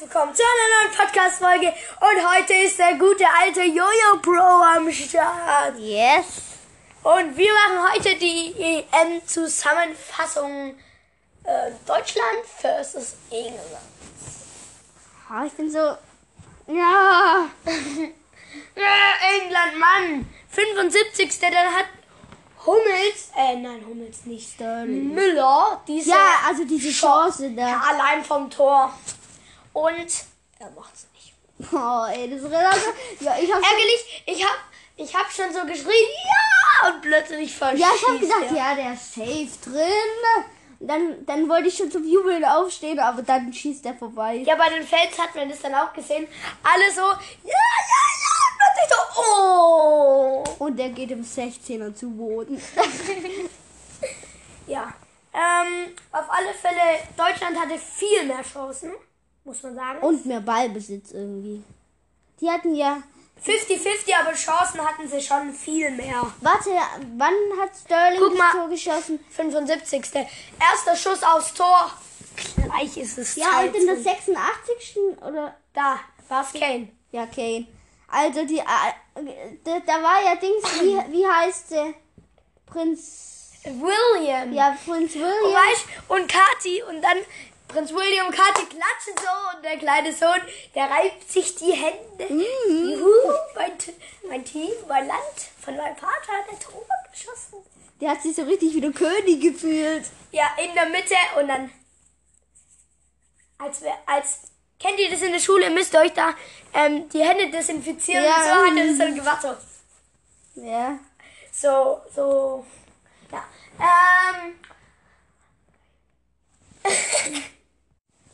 willkommen zu einer neuen Podcast-Folge. Und heute ist der gute alte Jojo Pro am Start. Yes. Und wir machen heute die EM-Zusammenfassung äh, Deutschland versus England. Ah, ich bin so. Ja. Äh, England, Mann! 75. Dann hat Hummels, äh, nein, Hummels nicht. Sterling. Müller, diese Hm. Ja, also diese Chance Ja, da. allein vom Tor. Und er macht's nicht. Oh, ey, das ist also, Ja, ich hab schon, ärgerlich. Ich hab, ich hab schon so geschrien, ja! Und plötzlich verschießt Ja, ich hab gedacht, er. ja, der ist safe drin. Und dann, dann wollte ich schon zum Jubeln aufstehen, aber dann schießt er vorbei. Ja, bei den Fans hat man das dann auch gesehen. Alle so, ja, ja, ja! Und plötzlich so, oh! Und der geht im 16er zu Boden. Ja. Ähm, auf alle Fälle, Deutschland hatte viel mehr Chancen, muss man sagen. Und mehr Ballbesitz irgendwie. Die hatten ja. 50-50, aber Chancen hatten sie schon viel mehr. Warte, wann hat Sterling Guck mal. das Tor geschossen? 75. Erster Schuss aufs Tor. Gleich ist es Ja, und in der 2-2. 86. oder Da war's Kane. Ja, Kane. Also die, äh, da, da war ja Dings, wie, wie heißt der? Prinz, William. ja, Prinz Und, William. weißt, und Kati und dann Prinz William und Kati klatschen so und der kleine Sohn, der reibt sich die Hände. Juhu, mein, T- mein Team, mein Land, von meinem Vater hat der Tor geschossen. Der hat sich so richtig wie der König gefühlt. Ja, in der Mitte und dann. Als wir, als. Kennt ihr das in der Schule? Müsst ihr euch da ähm, die Hände desinfizieren Ja. und so hat er das dann gemacht. So, Ja. so, so. Ja. Ähm,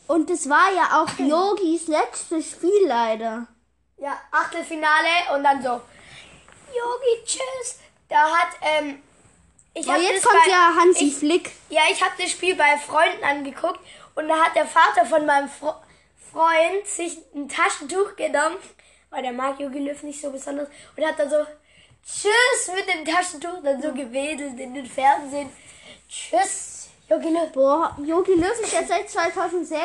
Und das war ja auch Yogis letztes Spiel leider. Ja, Achtelfinale und dann so. Yogi, tschüss. Da hat, ähm, ich Aber hab Oh, jetzt das kommt bei, ja Hansi ich, Flick. Ja, ich hab das Spiel bei Freunden angeguckt und da hat der Vater von meinem Fro Freund sich ein Taschentuch genommen, weil der mag Yogi Löw nicht so besonders und hat dann so tschüss mit dem Taschentuch dann so gewedelt in den Fernsehen. Tschüss, Yogi Löw. Boah, Yogi Löw ist jetzt seit 2006.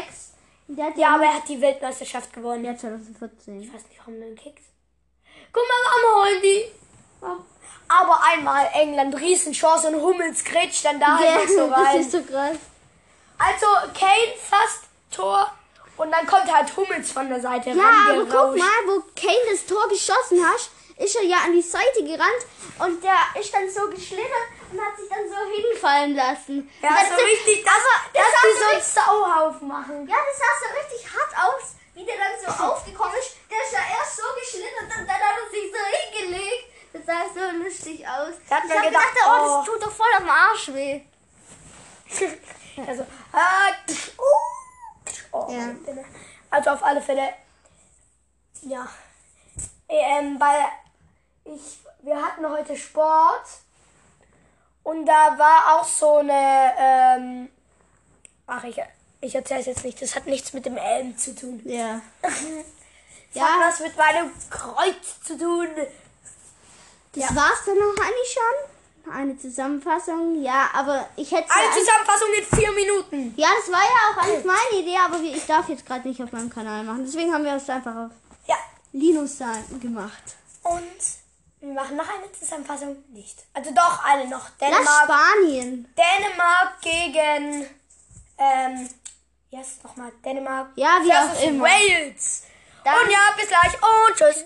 Und Der hat Ja, aber er hat die Weltmeisterschaft gewonnen. der hat 2014. Ich weiß nicht, warum den Keks. Guck mal, warum holen die? Aber einmal England, Riesenchance und Hummels grätscht dann da Ja, einfach so das rein. ist so krass. Also Kane fast Tor und dann kommt halt Hummels von der Seite Ja, aber ran. guck mal, wo Kane das Tor geschossen hat, ist er ja an die Seite gerannt und der ist dann so geschlittert und hat sich dann so hinfallen lassen. Ja, Und das dann ist so richtig, dass, das dass sah die so so einen Sauhaufen machen. ja, das sah so richtig hart aus, wie der dann so aufgekommen ist. Der ist ja erst so geschlittert und dann hat er sich so hingelegt. Das sah so lustig aus. Da hat ich man hab gedacht, gedacht, oh, das oh. tut doch voll am Arsch weh. Also, äh, tsch, uh, tsch, oh, Ja. also auf alle Fälle, ja, ähm, weil ich, wir hatten heute Sport und da war auch so eine, ähm, ach, ich, ich erzähle es jetzt nicht, das hat nichts mit dem Elm zu tun. Ja. Das hat was mit meinem Kreuz zu tun. Das war's dann noch eigentlich schon. Eine Zusammenfassung, ja, aber ich hätte Eine Zusammenfassung in vier Minuten. Ja, das war ja auch alles meine Idee, aber wir- ich darf jetzt gerade nicht auf meinem Kanal machen. Deswegen haben wir es einfach auf Ja, Linus sein gemacht. und wir machen noch eine Zusammenfassung nicht. Also doch eine noch, Das Dänemark. Spanien. Dänemark gegen ähm, yes, nochmal Dänemark Ja, wie auch versus immer. Wales. Dann- und ja, bis gleich und tschüss.